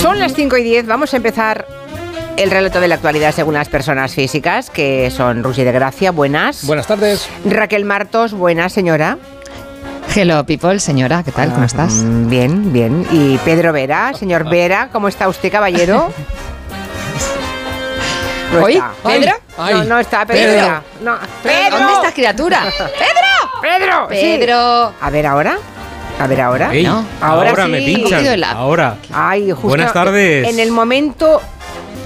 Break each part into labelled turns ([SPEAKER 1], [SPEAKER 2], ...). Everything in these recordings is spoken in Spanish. [SPEAKER 1] Son las 5 y 10, vamos a empezar el relato de la actualidad según las personas físicas, que son Rusi de Gracia, buenas.
[SPEAKER 2] Buenas tardes.
[SPEAKER 1] Raquel Martos, buenas señora.
[SPEAKER 3] Hello people, señora, ¿qué tal? ¿Cómo estás?
[SPEAKER 1] Mm, Bien, bien. Y Pedro Vera,
[SPEAKER 3] Ah.
[SPEAKER 1] señor Vera, ¿cómo está usted, caballero? No
[SPEAKER 3] ¿Hoy?
[SPEAKER 1] está.
[SPEAKER 2] Ay,
[SPEAKER 3] ¿Pedro?
[SPEAKER 2] ay.
[SPEAKER 1] No, no está Pedro.
[SPEAKER 2] Pedro.
[SPEAKER 1] Vera. No, Pedro.
[SPEAKER 3] ¿Dónde estás, criatura? ¡Pedro!
[SPEAKER 1] Pedro. sí.
[SPEAKER 3] Pedro.
[SPEAKER 1] A ver ahora. A ver ahora.
[SPEAKER 4] Ey,
[SPEAKER 3] No.
[SPEAKER 1] Ah,
[SPEAKER 4] ahora,
[SPEAKER 1] Ahora sí.
[SPEAKER 4] me
[SPEAKER 3] Cogido el
[SPEAKER 4] pinchan.
[SPEAKER 3] app.
[SPEAKER 4] Ahora.
[SPEAKER 1] Ay, justo
[SPEAKER 4] Buenas tardes.
[SPEAKER 1] En el momento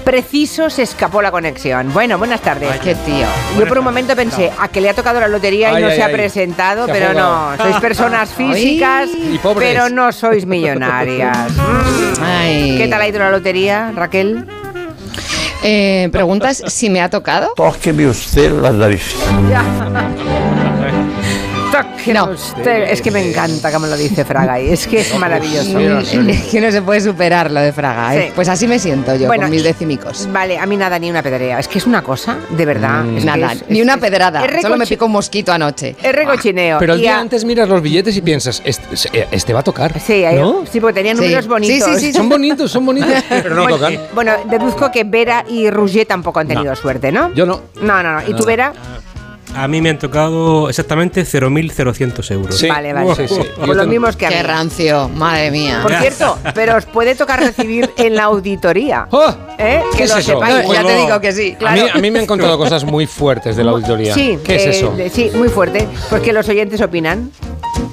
[SPEAKER 1] preciso se escapó la conexión. Bueno, buenas tardes.
[SPEAKER 3] Qué tío.
[SPEAKER 1] Yo por un momento pensé, a que le ha tocado la lotería y
[SPEAKER 2] Ay,
[SPEAKER 1] no
[SPEAKER 2] ay,
[SPEAKER 1] se ha
[SPEAKER 2] ay.
[SPEAKER 1] presentado,
[SPEAKER 2] Se ha
[SPEAKER 1] pero no,
[SPEAKER 2] jugado.
[SPEAKER 1] sois personas físicas,
[SPEAKER 2] Y pobres.
[SPEAKER 1] pero no sois millonarias. Mm.
[SPEAKER 3] Ay.
[SPEAKER 1] ¿Qué tal ha ido la lotería, Raquel?
[SPEAKER 3] Eh, ¿Preguntas si me ha tocado?
[SPEAKER 5] Tóqueme usted las narices.
[SPEAKER 1] Tóquelo
[SPEAKER 3] No.
[SPEAKER 1] usted. Es que me encanta como lo dice Fraga y es que es maravilloso.
[SPEAKER 3] Mm, Es que no se puede superar lo de Fraga, ¿eh?
[SPEAKER 1] Sí.
[SPEAKER 3] Pues así me siento yo
[SPEAKER 1] Bueno,
[SPEAKER 3] con mis
[SPEAKER 1] y-
[SPEAKER 3] decímicos.
[SPEAKER 1] Vale, a mí nada, ni una pedrea. Es que es una cosa, de verdad.
[SPEAKER 2] Mm.
[SPEAKER 1] es que
[SPEAKER 3] Nada,
[SPEAKER 1] es-
[SPEAKER 3] ni
[SPEAKER 1] es-
[SPEAKER 3] una
[SPEAKER 1] es-
[SPEAKER 3] pedrada.
[SPEAKER 1] Es
[SPEAKER 3] Solo me
[SPEAKER 1] recochi-
[SPEAKER 3] picó un mosquito anoche.
[SPEAKER 1] es recochineo.
[SPEAKER 2] Pero el
[SPEAKER 1] Y
[SPEAKER 2] día
[SPEAKER 1] a-
[SPEAKER 2] antes miras los billetes y piensas, este, se- este va a tocar.
[SPEAKER 1] Sí, hay-
[SPEAKER 2] ¿No?
[SPEAKER 1] sí, porque tenía
[SPEAKER 3] Sí.
[SPEAKER 1] números
[SPEAKER 3] Sí,
[SPEAKER 1] bonitos.
[SPEAKER 3] sí,
[SPEAKER 2] Son bonitos, son bonitos, pero no
[SPEAKER 1] bueno,
[SPEAKER 2] tocan.
[SPEAKER 1] bueno, deduzco que Vera y Rouget tampoco han tenido
[SPEAKER 2] No.
[SPEAKER 1] suerte, ¿no?
[SPEAKER 2] Yo no.
[SPEAKER 1] No, no, no. ¿Y tú, Vera?
[SPEAKER 4] A mí me han tocado exactamente 0.000 euros.
[SPEAKER 2] Sí.
[SPEAKER 1] Vale, vale.
[SPEAKER 2] Sí, sí.
[SPEAKER 1] Por
[SPEAKER 2] Yo
[SPEAKER 1] los
[SPEAKER 2] ten-
[SPEAKER 1] mismos que a mí.
[SPEAKER 3] Qué rancio, madre mía.
[SPEAKER 1] Por cierto, pero os puede tocar recibir en la auditoría.
[SPEAKER 2] ¡Oh!
[SPEAKER 1] ¿Eh?
[SPEAKER 2] ¿Qué
[SPEAKER 1] Que
[SPEAKER 2] es
[SPEAKER 1] lo
[SPEAKER 2] eso?
[SPEAKER 1] sepáis.
[SPEAKER 3] No, ya te digo que sí.
[SPEAKER 2] A, mí, a mí me han contado cosas muy fuertes de la auditoría.
[SPEAKER 1] Sí,
[SPEAKER 2] ¿Qué es
[SPEAKER 1] eh,
[SPEAKER 2] eso?
[SPEAKER 1] de- sí, muy fuerte. Porque los oyentes opinan.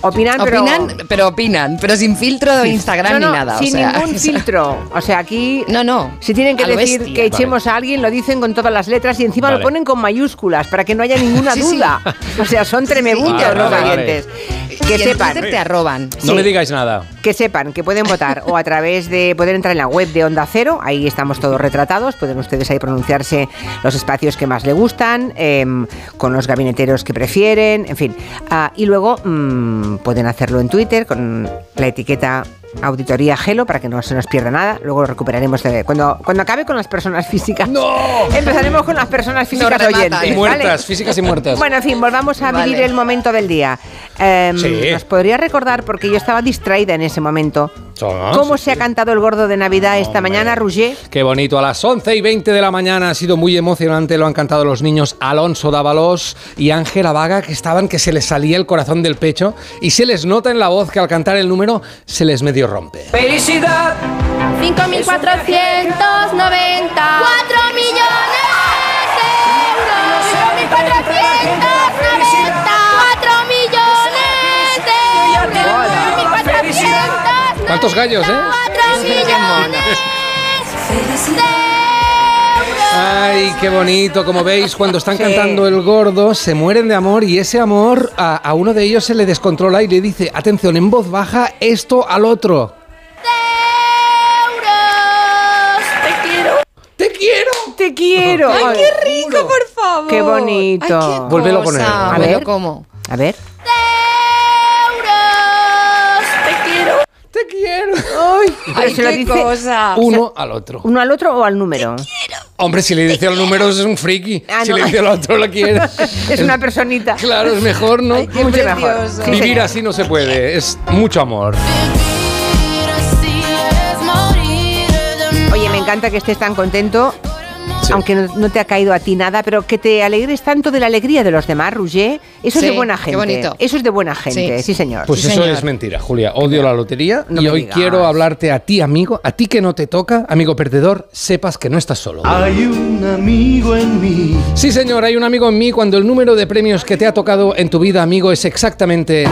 [SPEAKER 1] Opinan, Ah, pero.
[SPEAKER 3] Opinan, pero... opinan, pero sin filtro de Instagram
[SPEAKER 1] No, no,
[SPEAKER 3] ni nada.
[SPEAKER 1] sin
[SPEAKER 3] o sea,
[SPEAKER 1] ningún filtro. O sea, aquí.
[SPEAKER 3] No, no.
[SPEAKER 1] Si tienen que
[SPEAKER 3] A lo
[SPEAKER 1] decir
[SPEAKER 3] bestia.
[SPEAKER 1] que echemos a alguien, lo dicen con todas las letras y encima lo
[SPEAKER 2] Vale.
[SPEAKER 1] ponen con mayúsculas para que no haya ninguna
[SPEAKER 3] Sí, sí.
[SPEAKER 1] duda. O sea, son tremebundos
[SPEAKER 2] Vale,
[SPEAKER 1] los
[SPEAKER 2] vale, vale.
[SPEAKER 1] oyentes.
[SPEAKER 3] Y
[SPEAKER 1] Que
[SPEAKER 3] en
[SPEAKER 1] sepan.
[SPEAKER 3] Twitter te arroban.
[SPEAKER 2] No
[SPEAKER 1] sí.
[SPEAKER 2] me digáis nada.
[SPEAKER 1] Que sepan que pueden votar o a través de poder entrar en la web de Onda Cero, ahí estamos todos retratados, pueden ustedes ahí pronunciarse los espacios que más le gustan, em, con los gabineteros que prefieren, en fin. Ah, y luego mm, pueden hacerlo en Twitter con la etiqueta auditoría Gelo para que no se nos pierda nada. Luego lo recuperaremos eh, cuando, cuando acabe con las personas físicas.
[SPEAKER 2] ¡No!
[SPEAKER 1] Empezaremos con las personas físicas
[SPEAKER 3] rematan.
[SPEAKER 1] oyentes.
[SPEAKER 2] Y
[SPEAKER 1] ¿vale?
[SPEAKER 2] muertas, físicas y muertas.
[SPEAKER 1] Bueno, en fin, volvamos a
[SPEAKER 3] Vale.
[SPEAKER 1] vivir el momento del día. Em,
[SPEAKER 2] Sí.
[SPEAKER 1] ¿Nos podría recordar, porque yo estaba distraída en ese momento,
[SPEAKER 2] Ah,
[SPEAKER 1] cómo
[SPEAKER 2] sí,
[SPEAKER 1] se ha cantado el gordo de Navidad esta
[SPEAKER 2] Hombre.
[SPEAKER 1] mañana, Rouget?
[SPEAKER 2] Qué bonito, a las 11 y 20 de la mañana ha sido muy emocionante, lo han cantado los niños Alonso Dávalos y Ángela Vaga, que estaban que se les salía el corazón del pecho y se les nota en la voz que al cantar el número se les medio rompe.
[SPEAKER 6] 5.490. 4 millones de euros. 5.490. 4 millones de euros. 5.490.
[SPEAKER 2] ¿Cuántos gallos, eh?
[SPEAKER 6] 4 millones de euros.
[SPEAKER 2] Ay, qué bonito, como veis, cuando están
[SPEAKER 1] Sí.
[SPEAKER 2] cantando el gordo, se mueren de amor y ese amor a, a uno de ellos se le descontrola y le dice, atención, en voz baja, esto al otro.
[SPEAKER 6] euros. Te
[SPEAKER 2] ¡Te
[SPEAKER 6] quiero.
[SPEAKER 2] quiero!
[SPEAKER 1] ¡Te quiero!
[SPEAKER 3] ¡Ay, qué rico, por favor!
[SPEAKER 1] Qué bonito.
[SPEAKER 3] Ay, qué
[SPEAKER 2] Vuélvelo a
[SPEAKER 3] cosa.
[SPEAKER 2] poner. A
[SPEAKER 3] Vuélvelo
[SPEAKER 1] ver.
[SPEAKER 3] como.
[SPEAKER 1] A ver.
[SPEAKER 6] euros. Te quiero.
[SPEAKER 2] ¡Te quiero!
[SPEAKER 1] Pero
[SPEAKER 3] Ay,
[SPEAKER 1] se lo
[SPEAKER 3] qué
[SPEAKER 1] dice
[SPEAKER 3] cosa.
[SPEAKER 2] Uno al otro.
[SPEAKER 1] uno al otro o al número.
[SPEAKER 2] Hombre, si le dice al número es un friki.
[SPEAKER 1] Ah,
[SPEAKER 2] si
[SPEAKER 1] no.
[SPEAKER 2] le dice al otro lo quiere.
[SPEAKER 1] Es una personita.
[SPEAKER 2] Claro, es mejor, ¿no?
[SPEAKER 1] Mucho mejor.
[SPEAKER 3] precioso.
[SPEAKER 1] Sí,
[SPEAKER 2] Vivir
[SPEAKER 1] señor.
[SPEAKER 2] así no se puede. Es mucho amor.
[SPEAKER 1] Oye, me encanta que estés tan contento.
[SPEAKER 2] Sí.
[SPEAKER 1] Aunque no, no te ha caído a ti nada, pero que te alegres tanto de la alegría de los demás, Rouget, eso
[SPEAKER 3] Sí,
[SPEAKER 1] es de buena
[SPEAKER 3] qué
[SPEAKER 1] gente.
[SPEAKER 3] bonito.
[SPEAKER 1] Eso es de buena gente, sí,
[SPEAKER 3] Sí.
[SPEAKER 1] señor.
[SPEAKER 2] Pues
[SPEAKER 3] Sí,
[SPEAKER 2] eso
[SPEAKER 3] señor.
[SPEAKER 2] es mentira, Julia. Odio la lotería
[SPEAKER 1] No
[SPEAKER 2] y
[SPEAKER 1] me
[SPEAKER 2] hoy
[SPEAKER 1] digas.
[SPEAKER 2] quiero hablarte a ti, amigo, a ti que no te toca, amigo perdedor, sepas que no estás solo.
[SPEAKER 5] Hay un amigo en mí.
[SPEAKER 2] Sí, señor, hay un amigo en mí cuando el número de premios que te ha tocado en tu vida, amigo, es exactamente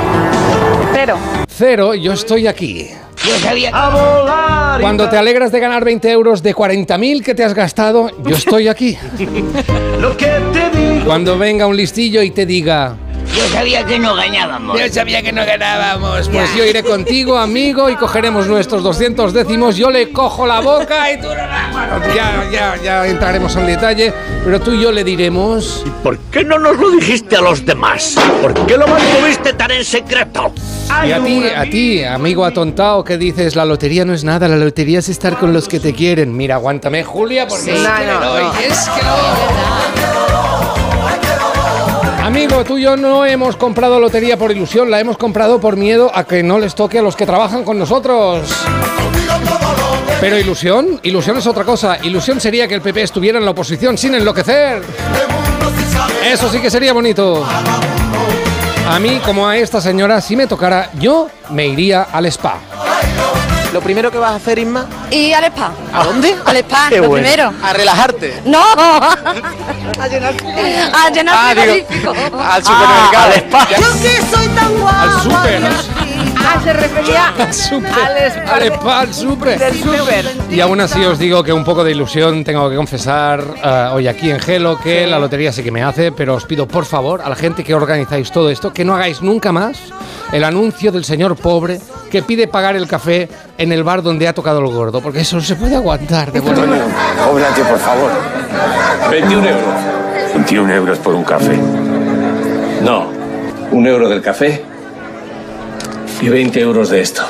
[SPEAKER 1] Pero
[SPEAKER 2] cero. Yo estoy aquí.
[SPEAKER 5] A volar.
[SPEAKER 2] Cuando te alegras de ganar 20 euros de 40.000 que te has gastado, yo estoy aquí.
[SPEAKER 5] Lo que te digo.
[SPEAKER 2] Cuando venga un listillo y te diga,
[SPEAKER 7] Yo sabía que no ganábamos.
[SPEAKER 2] Yo sabía que no ganábamos. Pues yo iré contigo, amigo, y cogeremos nuestros 200 décimos. Yo le cojo la boca y tú no la- Bueno, ya, ya, ya entraremos en detalle. Pero tú y yo le diremos.
[SPEAKER 7] ¿Por qué no nos lo dijiste a los demás? ¿Por qué lo mantuviste tan en secreto?
[SPEAKER 2] Y a ti, a ti, amigo atontado, que dices: La lotería no es nada, la lotería es estar con los que te quieren. Mira, aguántame, Julia, porque
[SPEAKER 1] ah, No,
[SPEAKER 2] es que
[SPEAKER 1] no,
[SPEAKER 2] le doy,
[SPEAKER 1] no.
[SPEAKER 2] es que le doy. Amigo, Diego, tú y yo no hemos comprado lotería por ilusión, la hemos comprado por miedo a que no les toque a los que trabajan con nosotros. Pero ilusión, ilusión es otra cosa. Ilusión sería que el PP estuviera en la oposición sin enloquecer. Eso sí que sería bonito. A mí, como a esta señora, si me tocara, yo me iría al spa.
[SPEAKER 8] Lo primero que vas a hacer, Isma,
[SPEAKER 9] Y al spa.
[SPEAKER 8] ¿a dónde?
[SPEAKER 9] Al spa,
[SPEAKER 8] Qué
[SPEAKER 9] lo
[SPEAKER 8] bueno.
[SPEAKER 9] primero.
[SPEAKER 8] A relajarte.
[SPEAKER 9] No. a llenar A llenar
[SPEAKER 8] Ah, digo,
[SPEAKER 9] frigorífico.
[SPEAKER 8] al
[SPEAKER 7] al
[SPEAKER 8] supermercado.
[SPEAKER 7] spa.
[SPEAKER 2] Al súper.
[SPEAKER 1] Ah, se refería
[SPEAKER 2] Al súper.
[SPEAKER 1] Al spa
[SPEAKER 2] Al
[SPEAKER 1] de-
[SPEAKER 2] spa, al súper.
[SPEAKER 1] del súper.
[SPEAKER 2] Y aún así os digo que un poco de ilusión tengo que confesar ah, hoy aquí en Gelo que la lotería sí que me hace, pero os pido por favor a la gente que organizáis todo esto que no hagáis nunca más el anuncio del señor pobre que pide pagar el café en el bar donde ha tocado el gordo, porque eso no se puede aguantar. De verdad.
[SPEAKER 10] Cóbrate, por favor.
[SPEAKER 7] 21 euros.
[SPEAKER 10] 21 euros por un café.
[SPEAKER 7] No, un euro del café y 20 euros de esto.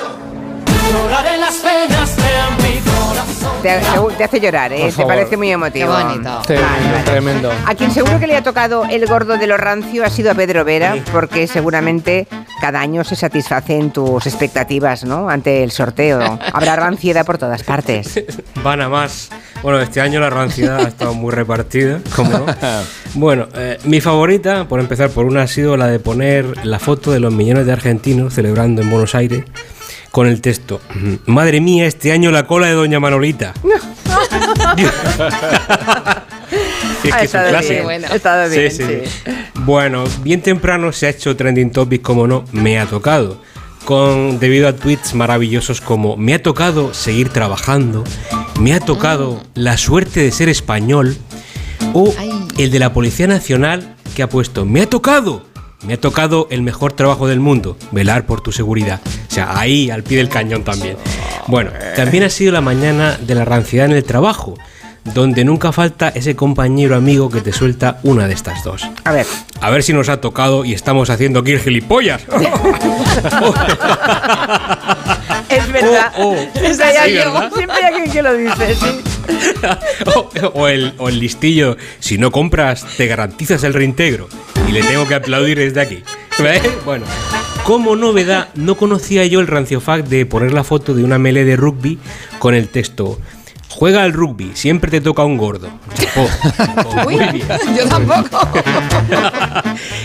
[SPEAKER 1] Te, te hace llorar, ¿eh?
[SPEAKER 2] Por
[SPEAKER 1] Te
[SPEAKER 2] favor.
[SPEAKER 1] parece muy emotivo.
[SPEAKER 3] Qué bonito.
[SPEAKER 1] Vale,
[SPEAKER 2] Tremendo,
[SPEAKER 1] vale.
[SPEAKER 2] tremendo.
[SPEAKER 1] A quien seguro que le ha tocado el gordo de lo rancio ha sido a Pedro Vera, porque seguramente cada año se satisfacen tus expectativas, ¿no? Ante el sorteo. Habrá ranciedad por todas partes.
[SPEAKER 4] Van a más. Bueno, este año la ranciedad ha estado muy repartida, como no. Bueno, eh, mi favorita, por empezar por una, ha sido la de poner la foto de los millones de argentinos celebrando en Buenos Aires con el texto: Madre mía, este año la cola de Doña Manolita. Sí, es
[SPEAKER 1] Ha
[SPEAKER 4] que es un
[SPEAKER 1] estado
[SPEAKER 4] clásico.
[SPEAKER 1] bien,
[SPEAKER 3] Bueno.
[SPEAKER 1] ha estado bien,
[SPEAKER 4] Sí, sí.
[SPEAKER 1] sí.
[SPEAKER 4] Bueno, bien temprano se ha hecho trending topic, como no, me ha tocado. Con, debido a tweets maravillosos como me ha tocado seguir trabajando, me ha tocado la suerte de ser español o
[SPEAKER 3] Ay.
[SPEAKER 4] el de la Policía Nacional que ha puesto me ha tocado, me ha tocado el mejor trabajo del mundo, velar por tu seguridad. O sea, ahí al pie del cañón también. Bueno, también ha sido la mañana de la ranciedad en el trabajo, donde nunca falta ese compañero amigo que te suelta una de estas dos.
[SPEAKER 1] A ver,
[SPEAKER 4] A ver si nos ha tocado y estamos haciendo aquí el gilipollas.
[SPEAKER 1] es verdad.
[SPEAKER 4] Oh, oh.
[SPEAKER 1] Es verdad, ya
[SPEAKER 4] Sí,
[SPEAKER 1] digo,
[SPEAKER 4] ¿verdad?
[SPEAKER 1] Siempre hay alguien que lo dice, sí.
[SPEAKER 4] o, o el, o el listillo, si no compras, te garantizas el reintegro. Y le tengo que aplaudir desde aquí. ¿Ve? Bueno, como novedad, no conocía yo el rancio fact de poner la foto de una melee de rugby con el texto. Juega al rugby, siempre te toca un gordo. Chapó. Chapó, muy bien.
[SPEAKER 3] Yo tampoco.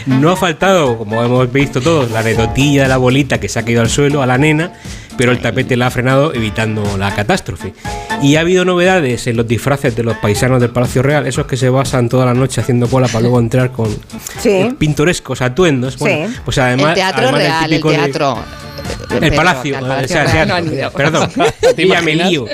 [SPEAKER 4] No ha faltado, como hemos visto todos, la anecdotilla de la bolita que se ha caído al suelo a la nena, pero el tapete la ha frenado evitando la catástrofe. Y ha habido novedades en los disfraces de los paisanos del Palacio Real, esos que se basan toda la noche haciendo cola para luego entrar con
[SPEAKER 1] Sí.
[SPEAKER 4] pintorescos atuendos. Bueno,
[SPEAKER 1] Sí.
[SPEAKER 4] pues además,
[SPEAKER 3] el teatro
[SPEAKER 4] además del
[SPEAKER 3] real, el
[SPEAKER 4] típico de-
[SPEAKER 3] teatro.
[SPEAKER 4] el
[SPEAKER 3] Pedro,
[SPEAKER 4] palacio, eh,
[SPEAKER 3] al
[SPEAKER 4] o sea,
[SPEAKER 3] Real
[SPEAKER 4] sea-
[SPEAKER 3] no han ido.
[SPEAKER 4] perdón,
[SPEAKER 2] ¿Te
[SPEAKER 4] Y ya me
[SPEAKER 2] imaginas?
[SPEAKER 4] lío.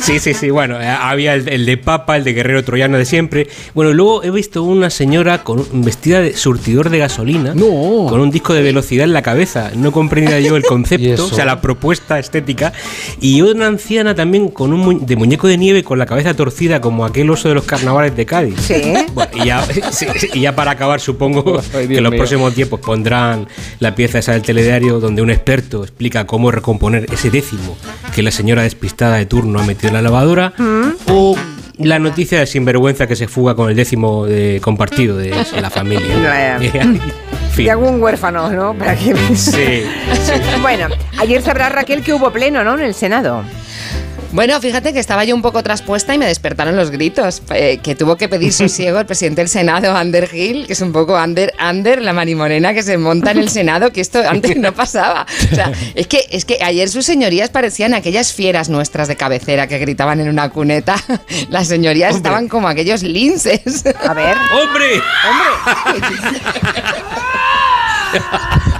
[SPEAKER 4] Sí, sí, sí, bueno, eh, había el, el de papa, el de guerrero troyano de siempre. Bueno, luego he visto una señora con un- vestida de surtidor de gasolina,
[SPEAKER 2] No.
[SPEAKER 4] con un disco de velocidad en la cabeza. No comprendía yo el
[SPEAKER 2] ¿Y
[SPEAKER 4] concepto,
[SPEAKER 2] eso?
[SPEAKER 4] o sea, la propuesta estética. Y una anciana también con un mu- de muñeco de nieve con la cabeza torcida como aquel oso de los carnavales de Cádiz.
[SPEAKER 1] Sí. ¿eh?
[SPEAKER 4] Bueno, y, ya, sí, sí, y ya para acabar, supongo
[SPEAKER 2] Ay, Dios
[SPEAKER 4] que los
[SPEAKER 2] mío.
[SPEAKER 4] próximos tiempos pondrán la pieza esa del telediario donde un experto explica cómo recomponer ese décimo que la señora despistada de turno ha metido en la lavadora.
[SPEAKER 2] ¿Mm?
[SPEAKER 4] O la noticia de sinvergüenza que se fuga con el décimo de compartido de, de la familia.
[SPEAKER 1] Ya, ya.
[SPEAKER 4] En fin.
[SPEAKER 1] Y algún huérfano, ¿no? Para que...
[SPEAKER 4] Sí, sí.
[SPEAKER 1] Bueno, ayer sabrá Raquel que hubo pleno, ¿no? En el Senado.
[SPEAKER 3] Bueno, fíjate que estaba yo un poco traspuesta y me despertaron los gritos, eh, que tuvo que pedir sosiego el presidente del Senado, Ander Gil, que es un poco Ander, Ander, la marimorena que se monta en el Senado, que esto antes no pasaba. O sea, es que, es que ayer sus señorías parecían aquellas fieras nuestras de cabecera que gritaban en una cuneta. Las señorías estaban como aquellos linces.
[SPEAKER 1] A ver.
[SPEAKER 4] ¡Hombre!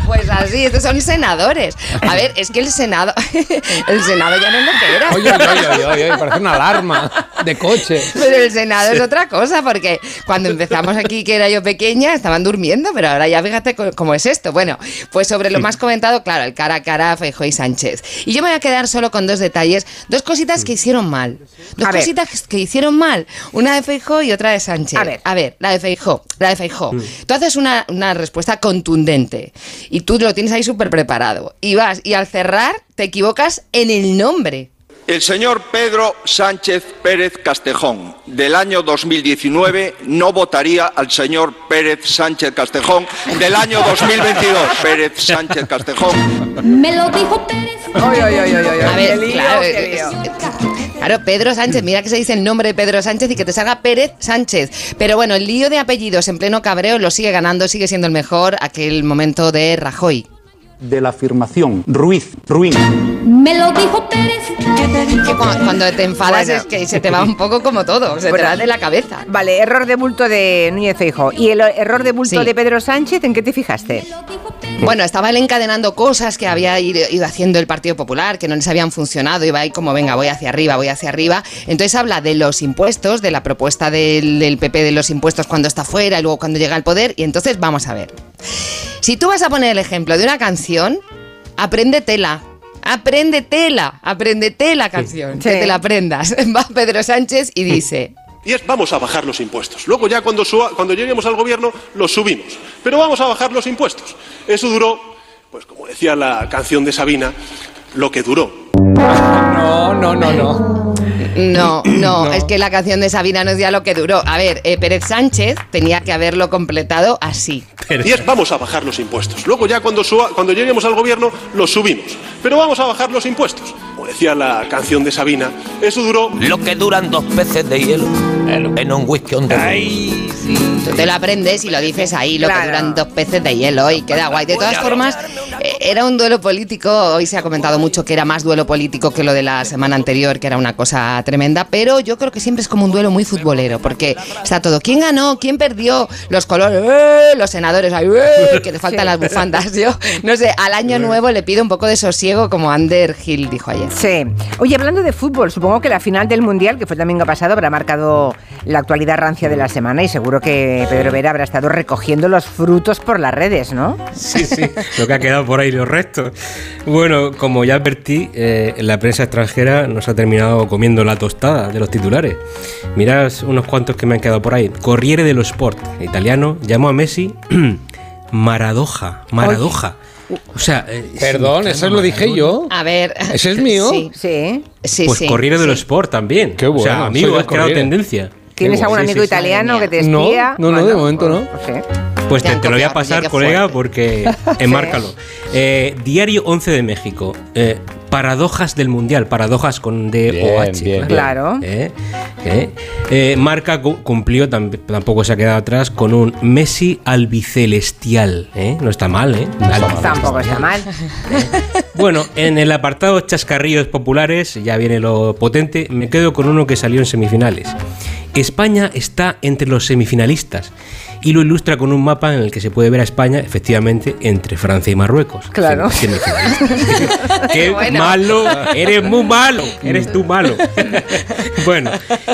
[SPEAKER 3] Pues así, estos son senadores. A ver, es que el Senado, el Senado ya no es lo que era.
[SPEAKER 2] Oye, oye, oye, oye, oye, parece una alarma de coche.
[SPEAKER 3] Pero el Senado es otra cosa, porque cuando empezamos aquí, que era yo pequeña, estaban durmiendo, pero ahora ya fíjate co- cómo es esto. Bueno, pues sobre lo más comentado, claro, el cara a cara Feijóo y Sánchez. Y yo me voy a quedar solo con dos detalles, dos cositas que hicieron mal. Dos
[SPEAKER 1] A ver.
[SPEAKER 3] cositas que- que hicieron mal, una de Feijóo y otra de Sánchez.
[SPEAKER 1] A ver. Mm.
[SPEAKER 3] A ver, la de Feijó, la de Feijó. Tú haces una, una respuesta contundente y tú lo tienes ahí súper preparado. Y vas, y al cerrar te equivocas en el nombre.
[SPEAKER 11] El señor Pedro Sánchez Pérez Castejón, del año 2019, no votaría al señor Pérez Sánchez Castejón, del año 2022. Pérez Sánchez Castejón.
[SPEAKER 6] Me lo dijo Pérez.
[SPEAKER 3] A ver, claro, es- claro, Pedro Sánchez, mira que se dice el nombre de Pedro Sánchez y que te salga Pérez Sánchez. Pero bueno, el lío de apellidos en pleno cabreo lo sigue ganando, sigue siendo el mejor aquel momento de Rajoy.
[SPEAKER 12] de la afirmación. Ruiz, ruin.
[SPEAKER 3] Me lo dijo Pérez. cuando, te enfadas
[SPEAKER 1] Bueno.
[SPEAKER 3] es que se te va un poco como todo, se
[SPEAKER 1] Bueno.
[SPEAKER 3] te va de la cabeza.
[SPEAKER 1] Vale, error de bulto de Núñez Feijo. ¿Y el error de bulto
[SPEAKER 3] Sí.
[SPEAKER 1] de Pedro Sánchez? ¿En qué te fijaste?
[SPEAKER 3] Bueno, estaba él encadenando cosas que había ir- ido haciendo el Partido Popular, que no les habían funcionado, iba ahí como, venga, voy hacia arriba, voy hacia arriba. Entonces habla de los impuestos, de la propuesta del, del PP de los impuestos cuando está fuera y luego cuando llega al poder. Y entonces vamos a ver. Si tú vas a poner el ejemplo de una canción, apréndetela. Apréndetela, apréndete la canción, que te la aprendas. Va Pedro Sánchez y dice,
[SPEAKER 13] Y es vamos a bajar los impuestos. Luego ya cuando, suba- cuando lleguemos al gobierno los subimos. Pero vamos a bajar los impuestos. Eso duró, pues como decía la canción de Sabina, lo que duró.
[SPEAKER 2] No, no, no, no.
[SPEAKER 3] No, no, es que la canción de Sabina no es ya lo que duró. A ver, eh, Pérez Sánchez tenía que haberlo completado así.
[SPEAKER 13] Y es vamos a bajar los impuestos. Luego ya cuando, suba- cuando lleguemos al gobierno los subimos. Pero vamos a bajar los impuestos. Como decía la canción de Sabina, eso duró... Lo que duran dos peces de hielo en un whisky on
[SPEAKER 3] Tú te lo aprendes y lo dices ahí, lo que duran dos peces de hielo y queda guay. De todas formas, eh, era un duelo político. Hoy se ha comentado mucho que era más duelo político que lo de la semana anterior, que era una cosa tremenda. Pero yo creo que siempre es como un duelo muy futbolero, porque está todo. ¿Quién ganó? ¿Quién perdió? Los colores, ¡eh! los senadores, ¡ay, eh! que te faltan las bufandas. Yo no sé, al año nuevo le pido un poco de sosiego, como Ander Gil dijo ayer.
[SPEAKER 1] Sí. Oye, hablando de fútbol, supongo que la final del Mundial, que fue el domingo pasado, habrá marcado la actualidad rancia de la semana y seguro que Pedro Vera habrá estado recogiendo los frutos por las redes, ¿no?
[SPEAKER 4] Sí, sí, lo que ha quedado por ahí, los restos. Bueno, como ya advertí, eh, la prensa extranjera nos ha terminado comiendo la tostada de los titulares. Mirad unos cuantos que me han quedado por ahí. Corriere dello Sport, italiano, llamó a Messi Maradoja, Maradoja. O sea, eh,
[SPEAKER 2] Perdón,
[SPEAKER 4] sí,
[SPEAKER 2] eso lo dije
[SPEAKER 1] Ah,
[SPEAKER 2] yo.
[SPEAKER 3] A ver.
[SPEAKER 2] ¿Ese es mío?
[SPEAKER 3] Sí.
[SPEAKER 1] Sí.
[SPEAKER 4] pues Corriere dello Sport también. Qué O
[SPEAKER 2] bueno,
[SPEAKER 4] sea,
[SPEAKER 2] soy
[SPEAKER 4] amigo,
[SPEAKER 2] del
[SPEAKER 4] has creado
[SPEAKER 2] Corriere.
[SPEAKER 4] tendencia.
[SPEAKER 1] ¿Tienes algún
[SPEAKER 4] Sí, sí,
[SPEAKER 1] amigo
[SPEAKER 4] sí.
[SPEAKER 1] italiano que te
[SPEAKER 2] No,
[SPEAKER 1] espía?
[SPEAKER 2] no, no, de momento no.
[SPEAKER 4] Pues te,
[SPEAKER 1] han
[SPEAKER 4] te lo voy a
[SPEAKER 1] copiado, oye,
[SPEAKER 4] pasar,
[SPEAKER 1] qué
[SPEAKER 4] colega,
[SPEAKER 1] fuerte.
[SPEAKER 4] porque enmárcalo. Eh, Diario 11 de México. eh, paradojas del Mundial. Paradojas con D-O-H.
[SPEAKER 1] bien, bien. Claro.
[SPEAKER 4] Eh, eh. Eh, Marca cu- cumplió, tam- tampoco se ha quedado atrás, con un Messi albicelestial. eh. No está mal, ¿eh? Albicelestial.
[SPEAKER 1] Tampoco está mal.
[SPEAKER 4] Bueno, en el apartado chascarrillos populares, ya viene lo potente, me quedo con uno que salió en semifinales. España está entre los semifinalistas y lo ilustra con un mapa en el que se puede ver a España, efectivamente, entre Francia y Marruecos.
[SPEAKER 1] Claro.
[SPEAKER 4] Sem- semifinalistas. Qué malo, eres muy malo, eres tú malo. bueno,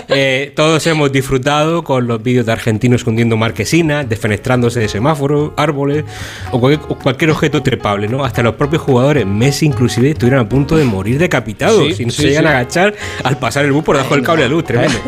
[SPEAKER 4] eh, todos hemos disfrutado con los vídeos de argentinos hundiendo marquesinas, desfenestrándose de semáforos, árboles o cualquier, o cualquier objeto trepable, ¿no? Hasta los propios jugadores, Messi inclusive, estuvieron a punto de morir decapitados
[SPEAKER 2] Sí,
[SPEAKER 4] si no
[SPEAKER 2] sí,
[SPEAKER 4] se llegan
[SPEAKER 2] sí.
[SPEAKER 4] a agachar al pasar el bus por debajo del cable de luz, tremendo.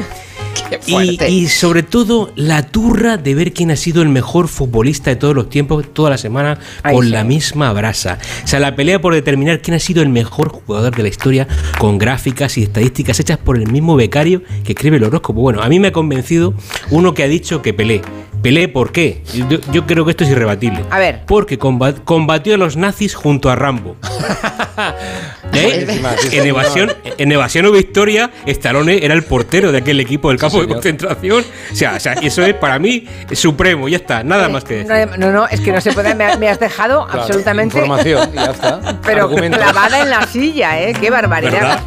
[SPEAKER 4] Y,
[SPEAKER 2] fuerte.
[SPEAKER 4] y sobre todo la turra de ver quién ha sido el mejor futbolista de todos los tiempos, toda la semana,
[SPEAKER 2] Ay,
[SPEAKER 4] con
[SPEAKER 2] sí.
[SPEAKER 4] la misma brasa. O sea, la pelea por determinar quién ha sido el mejor jugador de la historia, con gráficas y estadísticas hechas por el mismo becario que escribe el horóscopo. Bueno, a mí me ha convencido uno que ha dicho que Pelé. Pelé, ¿por qué? Yo, yo creo que esto es irrebatible.
[SPEAKER 1] A ver.
[SPEAKER 4] Porque combat- combatió a los nazis junto a Rambo. ¿Eh?
[SPEAKER 2] Buenísima, sí,
[SPEAKER 4] En
[SPEAKER 2] señor.
[SPEAKER 4] evasión, en evasión o victoria, Stallone era el portero de aquel equipo del campo de
[SPEAKER 2] señor.
[SPEAKER 4] concentración. O sea, o sea, eso es para mí supremo, ya está, nada más que decir.
[SPEAKER 1] No, no, no, es que no se puede, me, me has dejado
[SPEAKER 4] Claro,
[SPEAKER 1] absolutamente.
[SPEAKER 4] información
[SPEAKER 2] y ya está.
[SPEAKER 1] Pero
[SPEAKER 2] Argumentos.
[SPEAKER 1] clavada en la silla, ¿eh? Qué barbaridad.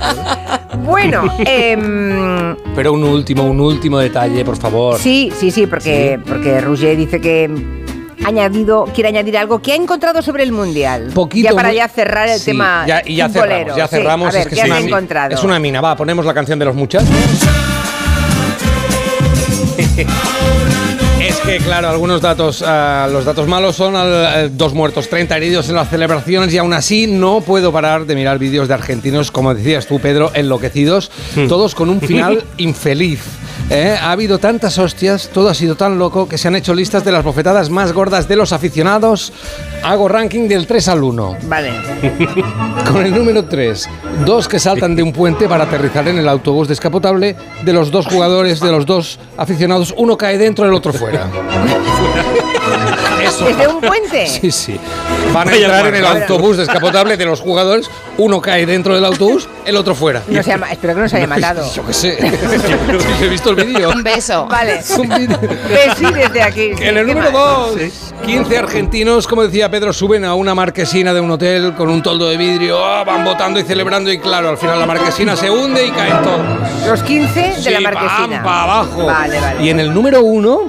[SPEAKER 1] Bueno, em,
[SPEAKER 2] Pero un último, un último detalle, por favor.
[SPEAKER 1] sí, sí, sí, porque, porque Roger dice que ha añadido, quiere añadir algo que ha encontrado sobre el mundial.
[SPEAKER 2] Poquito,
[SPEAKER 1] ya para
[SPEAKER 2] muy-
[SPEAKER 1] ya cerrar el
[SPEAKER 2] Sí,
[SPEAKER 1] tema
[SPEAKER 2] ya, y ya
[SPEAKER 1] futbolero.
[SPEAKER 2] cerramos, ya
[SPEAKER 1] Sí,
[SPEAKER 2] cerramos.
[SPEAKER 1] a ver,
[SPEAKER 2] es que
[SPEAKER 1] ¿qué
[SPEAKER 2] es
[SPEAKER 1] has
[SPEAKER 2] una mi-
[SPEAKER 1] encontrado?
[SPEAKER 2] Es una mina, va, ponemos la canción de los muchachos. Es que, claro, algunos datos, ah, los datos malos son al- eh, dos muertos, 30 heridos en las celebraciones y aún así no puedo parar de mirar vídeos de argentinos, como decías tú, Pedro, enloquecidos, todos con un final infeliz. ¿eh? Ha habido tantas hostias, todo ha sido tan loco que se han hecho listas de las bofetadas más gordas de los aficionados. Hago ranking del 3 al 1.
[SPEAKER 1] Vale.
[SPEAKER 2] Con el número 3, Dos que saltan de un puente para aterrizar en el autobús descapotable de los dos jugadores, de los dos aficionados. Uno cae dentro, el otro fuera.
[SPEAKER 1] ¿Desde un puente?
[SPEAKER 2] Sí, sí. Van a entrar en el autobús descapotable de los jugadores. Uno cae dentro del autobús, el otro fuera.
[SPEAKER 1] No se ha ma- espero que no se haya matado.
[SPEAKER 2] Yo qué sé. Yo he visto el vídeo.
[SPEAKER 3] Un beso.
[SPEAKER 1] Vale. Besí desde aquí.
[SPEAKER 2] En el
[SPEAKER 1] Qué
[SPEAKER 2] número
[SPEAKER 1] mal.
[SPEAKER 2] 2, 15 argentinos, como decía Pedro, suben a una marquesina de un hotel con un toldo de vidrio, ah, van votando y celebrando y claro, al final la marquesina se hunde y caen todos.
[SPEAKER 1] Los 15 de la
[SPEAKER 2] Sí,
[SPEAKER 1] marquesina.
[SPEAKER 2] van pa' abajo.
[SPEAKER 1] Vale, vale.
[SPEAKER 2] Y en el número uno,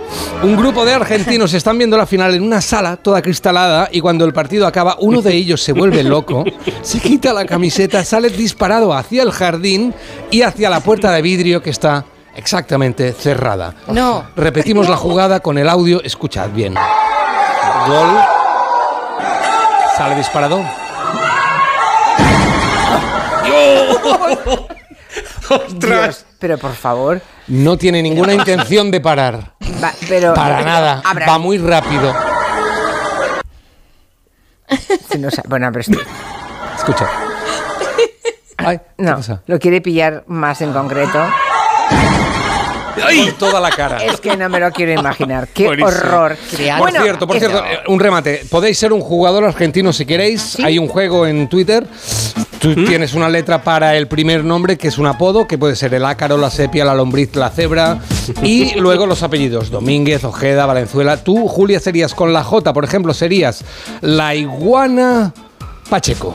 [SPEAKER 2] un grupo de argentinos están viendo la final en una sala toda cristalada y cuando el partido acaba, uno de ellos se vuelve loco, se quita la camiseta, sale disparado hacia el jardín y hacia la puerta de vidrio que está exactamente cerrada.
[SPEAKER 3] No.
[SPEAKER 2] Repetimos la jugada con el audio, escuchad bien. Gol. Sale disparado.
[SPEAKER 1] Dios, pero por favor.
[SPEAKER 2] No tiene ninguna intención de parar.
[SPEAKER 1] Va, pero, eh,
[SPEAKER 2] Para nada.
[SPEAKER 1] Habrá-
[SPEAKER 2] Va muy rápido.
[SPEAKER 1] si no sa- bueno, pero esto-
[SPEAKER 2] Escucha. Ay,
[SPEAKER 1] no, lo quiere pillar más en concreto.
[SPEAKER 2] Con toda la cara.
[SPEAKER 1] Es que no me lo quiero imaginar. Qué
[SPEAKER 2] Buenísimo.
[SPEAKER 1] horror.
[SPEAKER 2] Por
[SPEAKER 1] Eh, Bueno,
[SPEAKER 2] cierto, por
[SPEAKER 1] eso.
[SPEAKER 2] cierto, eh, un remate. Podéis ser un jugador argentino si queréis. Hay un juego en Twitter. Tú tienes una letra para el primer nombre, que es un apodo, que puede ser el ácaro, la sepia, la lombriz, la cebra. Y luego los apellidos, Domínguez, Ojeda, Valenzuela. Tú, Julia, serías con la J, por ejemplo, serías la iguana Pacheco.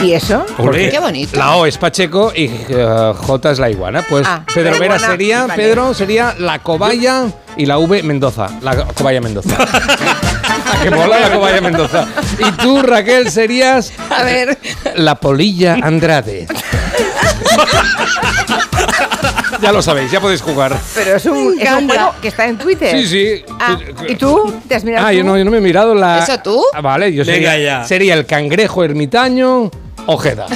[SPEAKER 1] ¿Y eso?
[SPEAKER 2] Porque
[SPEAKER 3] Qué bonito.
[SPEAKER 2] La O es Pacheco y eh, J es la iguana. Pues
[SPEAKER 1] Ah,
[SPEAKER 2] Pedro
[SPEAKER 1] la
[SPEAKER 2] Vera
[SPEAKER 1] iguana,
[SPEAKER 2] sería,
[SPEAKER 1] vale.
[SPEAKER 2] Pedro sería la cobaya y la V Mendoza. La cobaya Mendoza. que mola la cobaya Mendoza. Y tú, Raquel, serías
[SPEAKER 3] A ver.
[SPEAKER 2] la polilla Andrade. ya lo sabéis, ya podéis jugar.
[SPEAKER 1] Pero es un, es un juego que está en Twitter.
[SPEAKER 2] Sí, sí.
[SPEAKER 1] Ah, ¿Y tú? ¿Te has mirado
[SPEAKER 2] Ah,
[SPEAKER 1] tú?
[SPEAKER 2] yo no, yo no me he mirado la.
[SPEAKER 3] ¿Eso tú?
[SPEAKER 2] Ah, vale, yo
[SPEAKER 4] Venga
[SPEAKER 2] sería,
[SPEAKER 4] ya.
[SPEAKER 2] sería el cangrejo ermitaño Ojeda.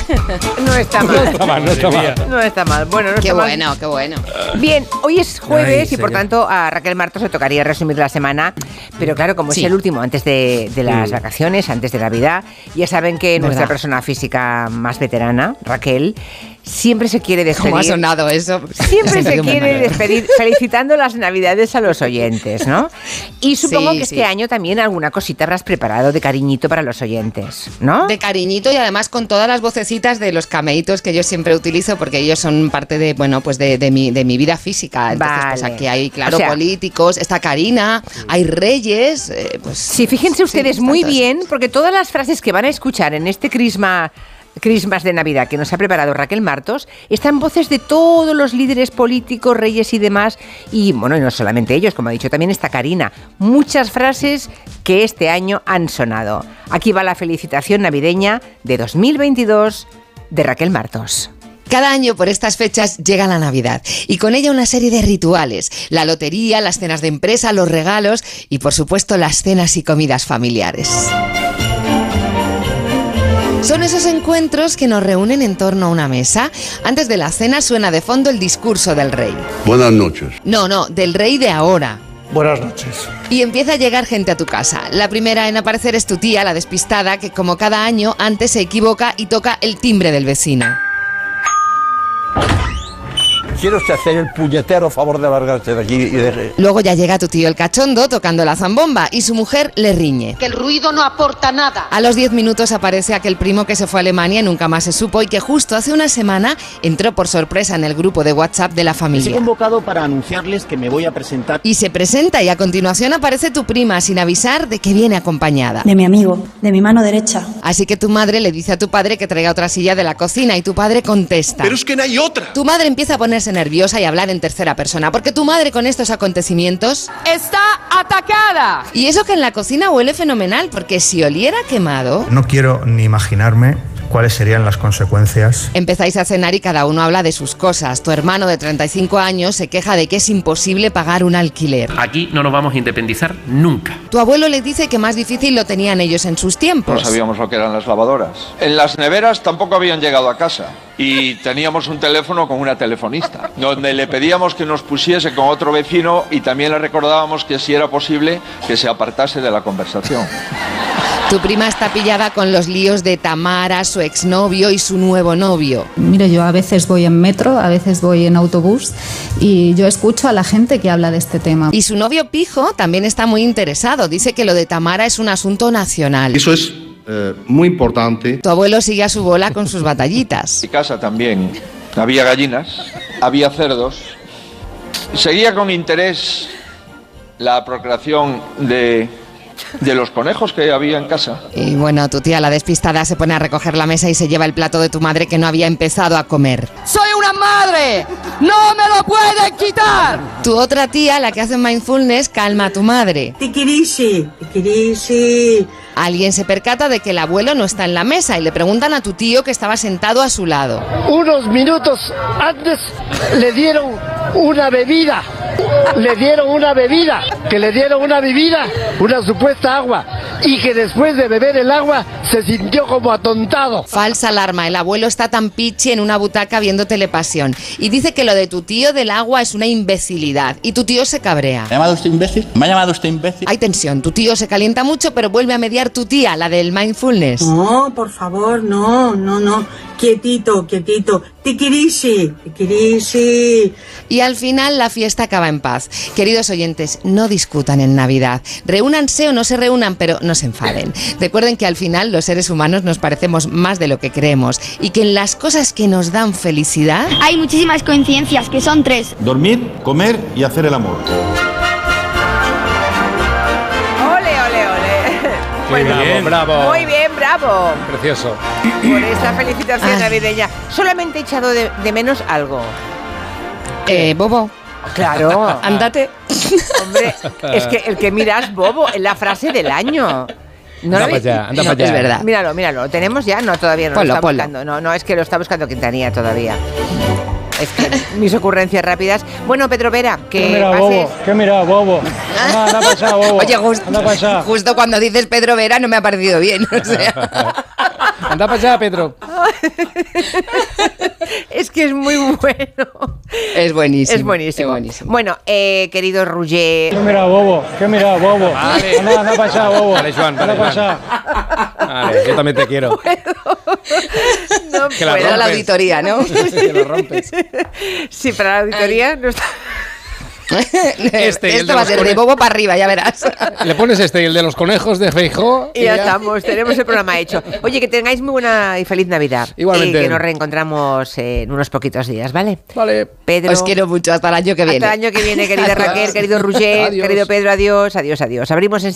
[SPEAKER 1] No está
[SPEAKER 2] No
[SPEAKER 1] mal.
[SPEAKER 2] está mal, no está mal.
[SPEAKER 1] No está mal. Bueno, no
[SPEAKER 3] Qué
[SPEAKER 1] está mal.
[SPEAKER 3] bueno, qué bueno.
[SPEAKER 1] Bien, hoy es
[SPEAKER 4] Ay,
[SPEAKER 1] jueves y
[SPEAKER 4] señor.
[SPEAKER 1] por tanto a Raquel Martos le tocaría resumir la semana, pero claro, como
[SPEAKER 3] Sí.
[SPEAKER 1] es el último antes de, de las vacaciones, antes de Navidad, ya saben que nuestra
[SPEAKER 3] ¿Verdad?
[SPEAKER 1] persona física más veterana, Raquel, siempre se quiere despedir.
[SPEAKER 3] ¿Cómo ha sonado eso?
[SPEAKER 1] Siempre se
[SPEAKER 3] sentido muy
[SPEAKER 1] quiere
[SPEAKER 3] mal.
[SPEAKER 1] despedir felicitando las navidades a los oyentes, ¿no? Y supongo
[SPEAKER 3] Sí,
[SPEAKER 1] que
[SPEAKER 3] sí.
[SPEAKER 1] este año también alguna cosita habrás preparado de cariñito para los oyentes, ¿no?
[SPEAKER 3] De cariñito y además con todas las vocecitas de los cameitos que yo siempre utilizo porque ellos son parte de, bueno, pues de, de mi, de mi vida física. Entonces, pues
[SPEAKER 1] Vale.
[SPEAKER 3] aquí hay, claro,
[SPEAKER 1] O sea-
[SPEAKER 3] políticos, está Karina, hay reyes, eh, pues...
[SPEAKER 1] Sí, fíjense ustedes
[SPEAKER 3] están
[SPEAKER 1] muy
[SPEAKER 3] todos.
[SPEAKER 1] bien, porque todas las frases que van a escuchar en este crisma. Crismas de Navidad que nos ha preparado Raquel Martos, están voces de todos los líderes políticos, reyes y demás, y bueno, y no solamente ellos, como ha dicho también está Karina, muchas frases que este año han sonado. Aquí va la felicitación navideña de 2022 de Raquel Martos.
[SPEAKER 3] Cada año por estas fechas llega la Navidad y con ella una serie de rituales, la lotería, las cenas de empresa, los regalos y por supuesto las cenas y comidas familiares. Son esos encuentros que nos reúnen en torno a una mesa. Antes de la cena suena de fondo el discurso del rey.
[SPEAKER 14] Buenas noches.
[SPEAKER 3] No, no, del rey de ahora.
[SPEAKER 14] Buenas noches.
[SPEAKER 3] Y empieza a llegar gente a tu casa. La primera en aparecer es tu tía, la despistada, que como cada año antes se equivoca y toca el timbre del vecino.
[SPEAKER 5] Quiero usted hacer el puñetero favor de largarse de aquí y de...
[SPEAKER 3] Luego ya llega tu tío el cachondo tocando la zambomba y su mujer le riñe.
[SPEAKER 15] que el ruido no aporta nada.
[SPEAKER 3] A los 10 minutos aparece aquel primo que se fue a Alemania y nunca más se supo y que justo hace una semana entró por sorpresa en el grupo de WhatsApp de la
[SPEAKER 16] Les he
[SPEAKER 3] familia.
[SPEAKER 16] convocado para anunciarles que me voy a presentar.
[SPEAKER 3] Y se presenta y a continuación aparece tu prima sin avisar de que viene acompañada.
[SPEAKER 17] De mi amigo, de mi mano derecha.
[SPEAKER 3] Así que tu madre le dice a tu padre que traiga otra silla de la cocina y tu padre contesta.
[SPEAKER 13] Pero es que no hay otra.
[SPEAKER 3] Tu madre empieza a ponerse nerviosa y a hablar en tercera persona, porque tu madre con estos acontecimientos está atacada. Y eso que en la cocina huele fenomenal, porque si oliera quemado,
[SPEAKER 18] No quiero ni imaginarme cuáles serían las consecuencias.
[SPEAKER 3] empezáis a cenar y cada uno habla de sus cosas. Tu hermano de 35 años se queja de que es imposible pagar un alquiler.
[SPEAKER 19] Aquí no nos vamos a independizar nunca.
[SPEAKER 3] Tu abuelo le dice que más difícil lo tenían ellos en sus tiempos.
[SPEAKER 20] lo que eran las lavadoras. Pues, En las neveras tampoco habían llegado a casa. Y teníamos un teléfono con una telefonista, donde le pedíamos que nos pusiese con otro vecino y también le recordábamos que si era posible que se apartase de la conversación.
[SPEAKER 3] Tu prima está pillada con los líos de Tamara, su exnovio y su nuevo novio.
[SPEAKER 21] Mire, yo a veces voy en metro, a veces voy en autobús y yo escucho a la gente que habla de este tema.
[SPEAKER 3] Y su novio Pijo también está muy interesado. Dice que lo de Tamara es un asunto nacional.
[SPEAKER 22] Eso es eh, muy importante.
[SPEAKER 3] Tu abuelo sigue a su bola con sus batallitas.
[SPEAKER 20] Mi casa también había gallinas, había cerdos. Seguía con interés la procreación de, de los conejos que había en casa.
[SPEAKER 3] Y bueno, tu tía, la despistada, se pone a recoger la mesa y se lleva el plato de tu madre que no había empezado a comer.
[SPEAKER 6] Soy una madre. No me lo pueden quitar.
[SPEAKER 3] Tu otra tía, la que hace mindfulness, calma a tu madre.
[SPEAKER 6] Tikirishi, tikirishi.
[SPEAKER 3] Alguien se percata de que el abuelo no está en la mesa y le preguntan a tu tío que estaba sentado a su lado.
[SPEAKER 23] Unos minutos antes le dieron una bebida. Le dieron una bebida, que le dieron una bebida, una supuesta agua, y que después de beber el agua se sintió como atontado.
[SPEAKER 3] Falsa alarma, el abuelo está tan pichi en una butaca viendo telepasión y dice que lo de tu tío del agua es una imbecilidad y tu tío se cabrea.
[SPEAKER 24] ¿Me ha llamado usted imbécil? ¿Me ha llamado usted imbécil?
[SPEAKER 3] Hay tensión, tu tío se calienta mucho pero vuelve a mediar tu tía, la del mindfulness.
[SPEAKER 25] No, por favor, no, no, no. Quietito, quietito. Tikirishi, tikirishi.
[SPEAKER 3] Y al final la fiesta acaba en paz. Queridos oyentes, no discutan en Navidad. Reúnanse o no se reúnan, pero no se enfaden. Recuerden que al final los seres humanos nos parecemos más de lo que creemos y que en las cosas que nos dan felicidad...
[SPEAKER 26] Hay muchísimas coincidencias, que son tres.
[SPEAKER 24] Dormir, comer y hacer el amor.
[SPEAKER 1] Ole, ole, ole.
[SPEAKER 2] Muy bien. Bravo, bravo.
[SPEAKER 1] Muy bien, bravo.
[SPEAKER 2] Precioso.
[SPEAKER 1] Por esta felicitación
[SPEAKER 3] Ay.
[SPEAKER 1] navideña. Solamente he echado de, de menos algo.
[SPEAKER 3] Eh, Bobo,
[SPEAKER 1] Claro.
[SPEAKER 3] andate.
[SPEAKER 1] Hombre, es que el que miras bobo es la frase del año.
[SPEAKER 2] Anda
[SPEAKER 1] lo
[SPEAKER 2] pa'
[SPEAKER 1] habéis-
[SPEAKER 2] allá, anda pa'
[SPEAKER 1] No,
[SPEAKER 2] allá.
[SPEAKER 1] Es verdad. Míralo, míralo. ¿Lo tenemos ya? No, todavía no
[SPEAKER 3] pues
[SPEAKER 1] lo
[SPEAKER 3] Ponlo,
[SPEAKER 1] está
[SPEAKER 3] ponlo.
[SPEAKER 1] buscando. No, no, es que lo está buscando Quintanilla todavía. Es que mis ocurrencias rápidas. Bueno, Pedro Vera, que pases.
[SPEAKER 27] ¿Qué mira, bobo? Anda, anda allá, bobo.
[SPEAKER 3] Oye, justo,
[SPEAKER 27] Anda pa' allá.
[SPEAKER 3] justo cuando dices Pedro Vera no me ha parecido bien. o sea.
[SPEAKER 2] Anda para allá, Pedro.
[SPEAKER 1] Es que es muy bueno.
[SPEAKER 3] es buenísimo.
[SPEAKER 1] Es buenísimo.
[SPEAKER 3] Es buenísimo.
[SPEAKER 1] Bueno, eh, querido Ruggé,
[SPEAKER 27] ¿Qué mira, bobo? ¿Qué mira, bobo?
[SPEAKER 2] Vale.
[SPEAKER 27] Anda, anda pa' allá, bobo.
[SPEAKER 2] Vale, Joan, vale,
[SPEAKER 27] anda pa'
[SPEAKER 2] Joan.
[SPEAKER 27] allá.
[SPEAKER 2] Vale, yo también te quiero.
[SPEAKER 1] no
[SPEAKER 2] Que la
[SPEAKER 1] puedo.
[SPEAKER 3] Era la
[SPEAKER 2] rompes.
[SPEAKER 3] auditoría, ¿no?
[SPEAKER 2] Que lo rompes.
[SPEAKER 1] Sí, para la auditoría no está-
[SPEAKER 2] Este y el de
[SPEAKER 3] Esto va a
[SPEAKER 2] los
[SPEAKER 3] ser de
[SPEAKER 2] cones.
[SPEAKER 3] bobo para arriba, ya verás.
[SPEAKER 2] Le pones este y el de los conejos de Feijó.
[SPEAKER 1] Y ya estamos, tenemos el programa hecho. Oye, que tengáis muy buena y feliz Navidad.
[SPEAKER 2] Igualmente.
[SPEAKER 1] Y que nos reencontramos en unos poquitos días, ¿vale?
[SPEAKER 2] Vale.
[SPEAKER 1] Pedro.
[SPEAKER 3] Os quiero mucho. Hasta el año que viene.
[SPEAKER 1] Hasta el año que viene, querida
[SPEAKER 3] Adiós.
[SPEAKER 1] Raquel, querido Roger,
[SPEAKER 2] Adiós.
[SPEAKER 1] querido Pedro, adiós, adiós, adiós. Abrimos enseguida.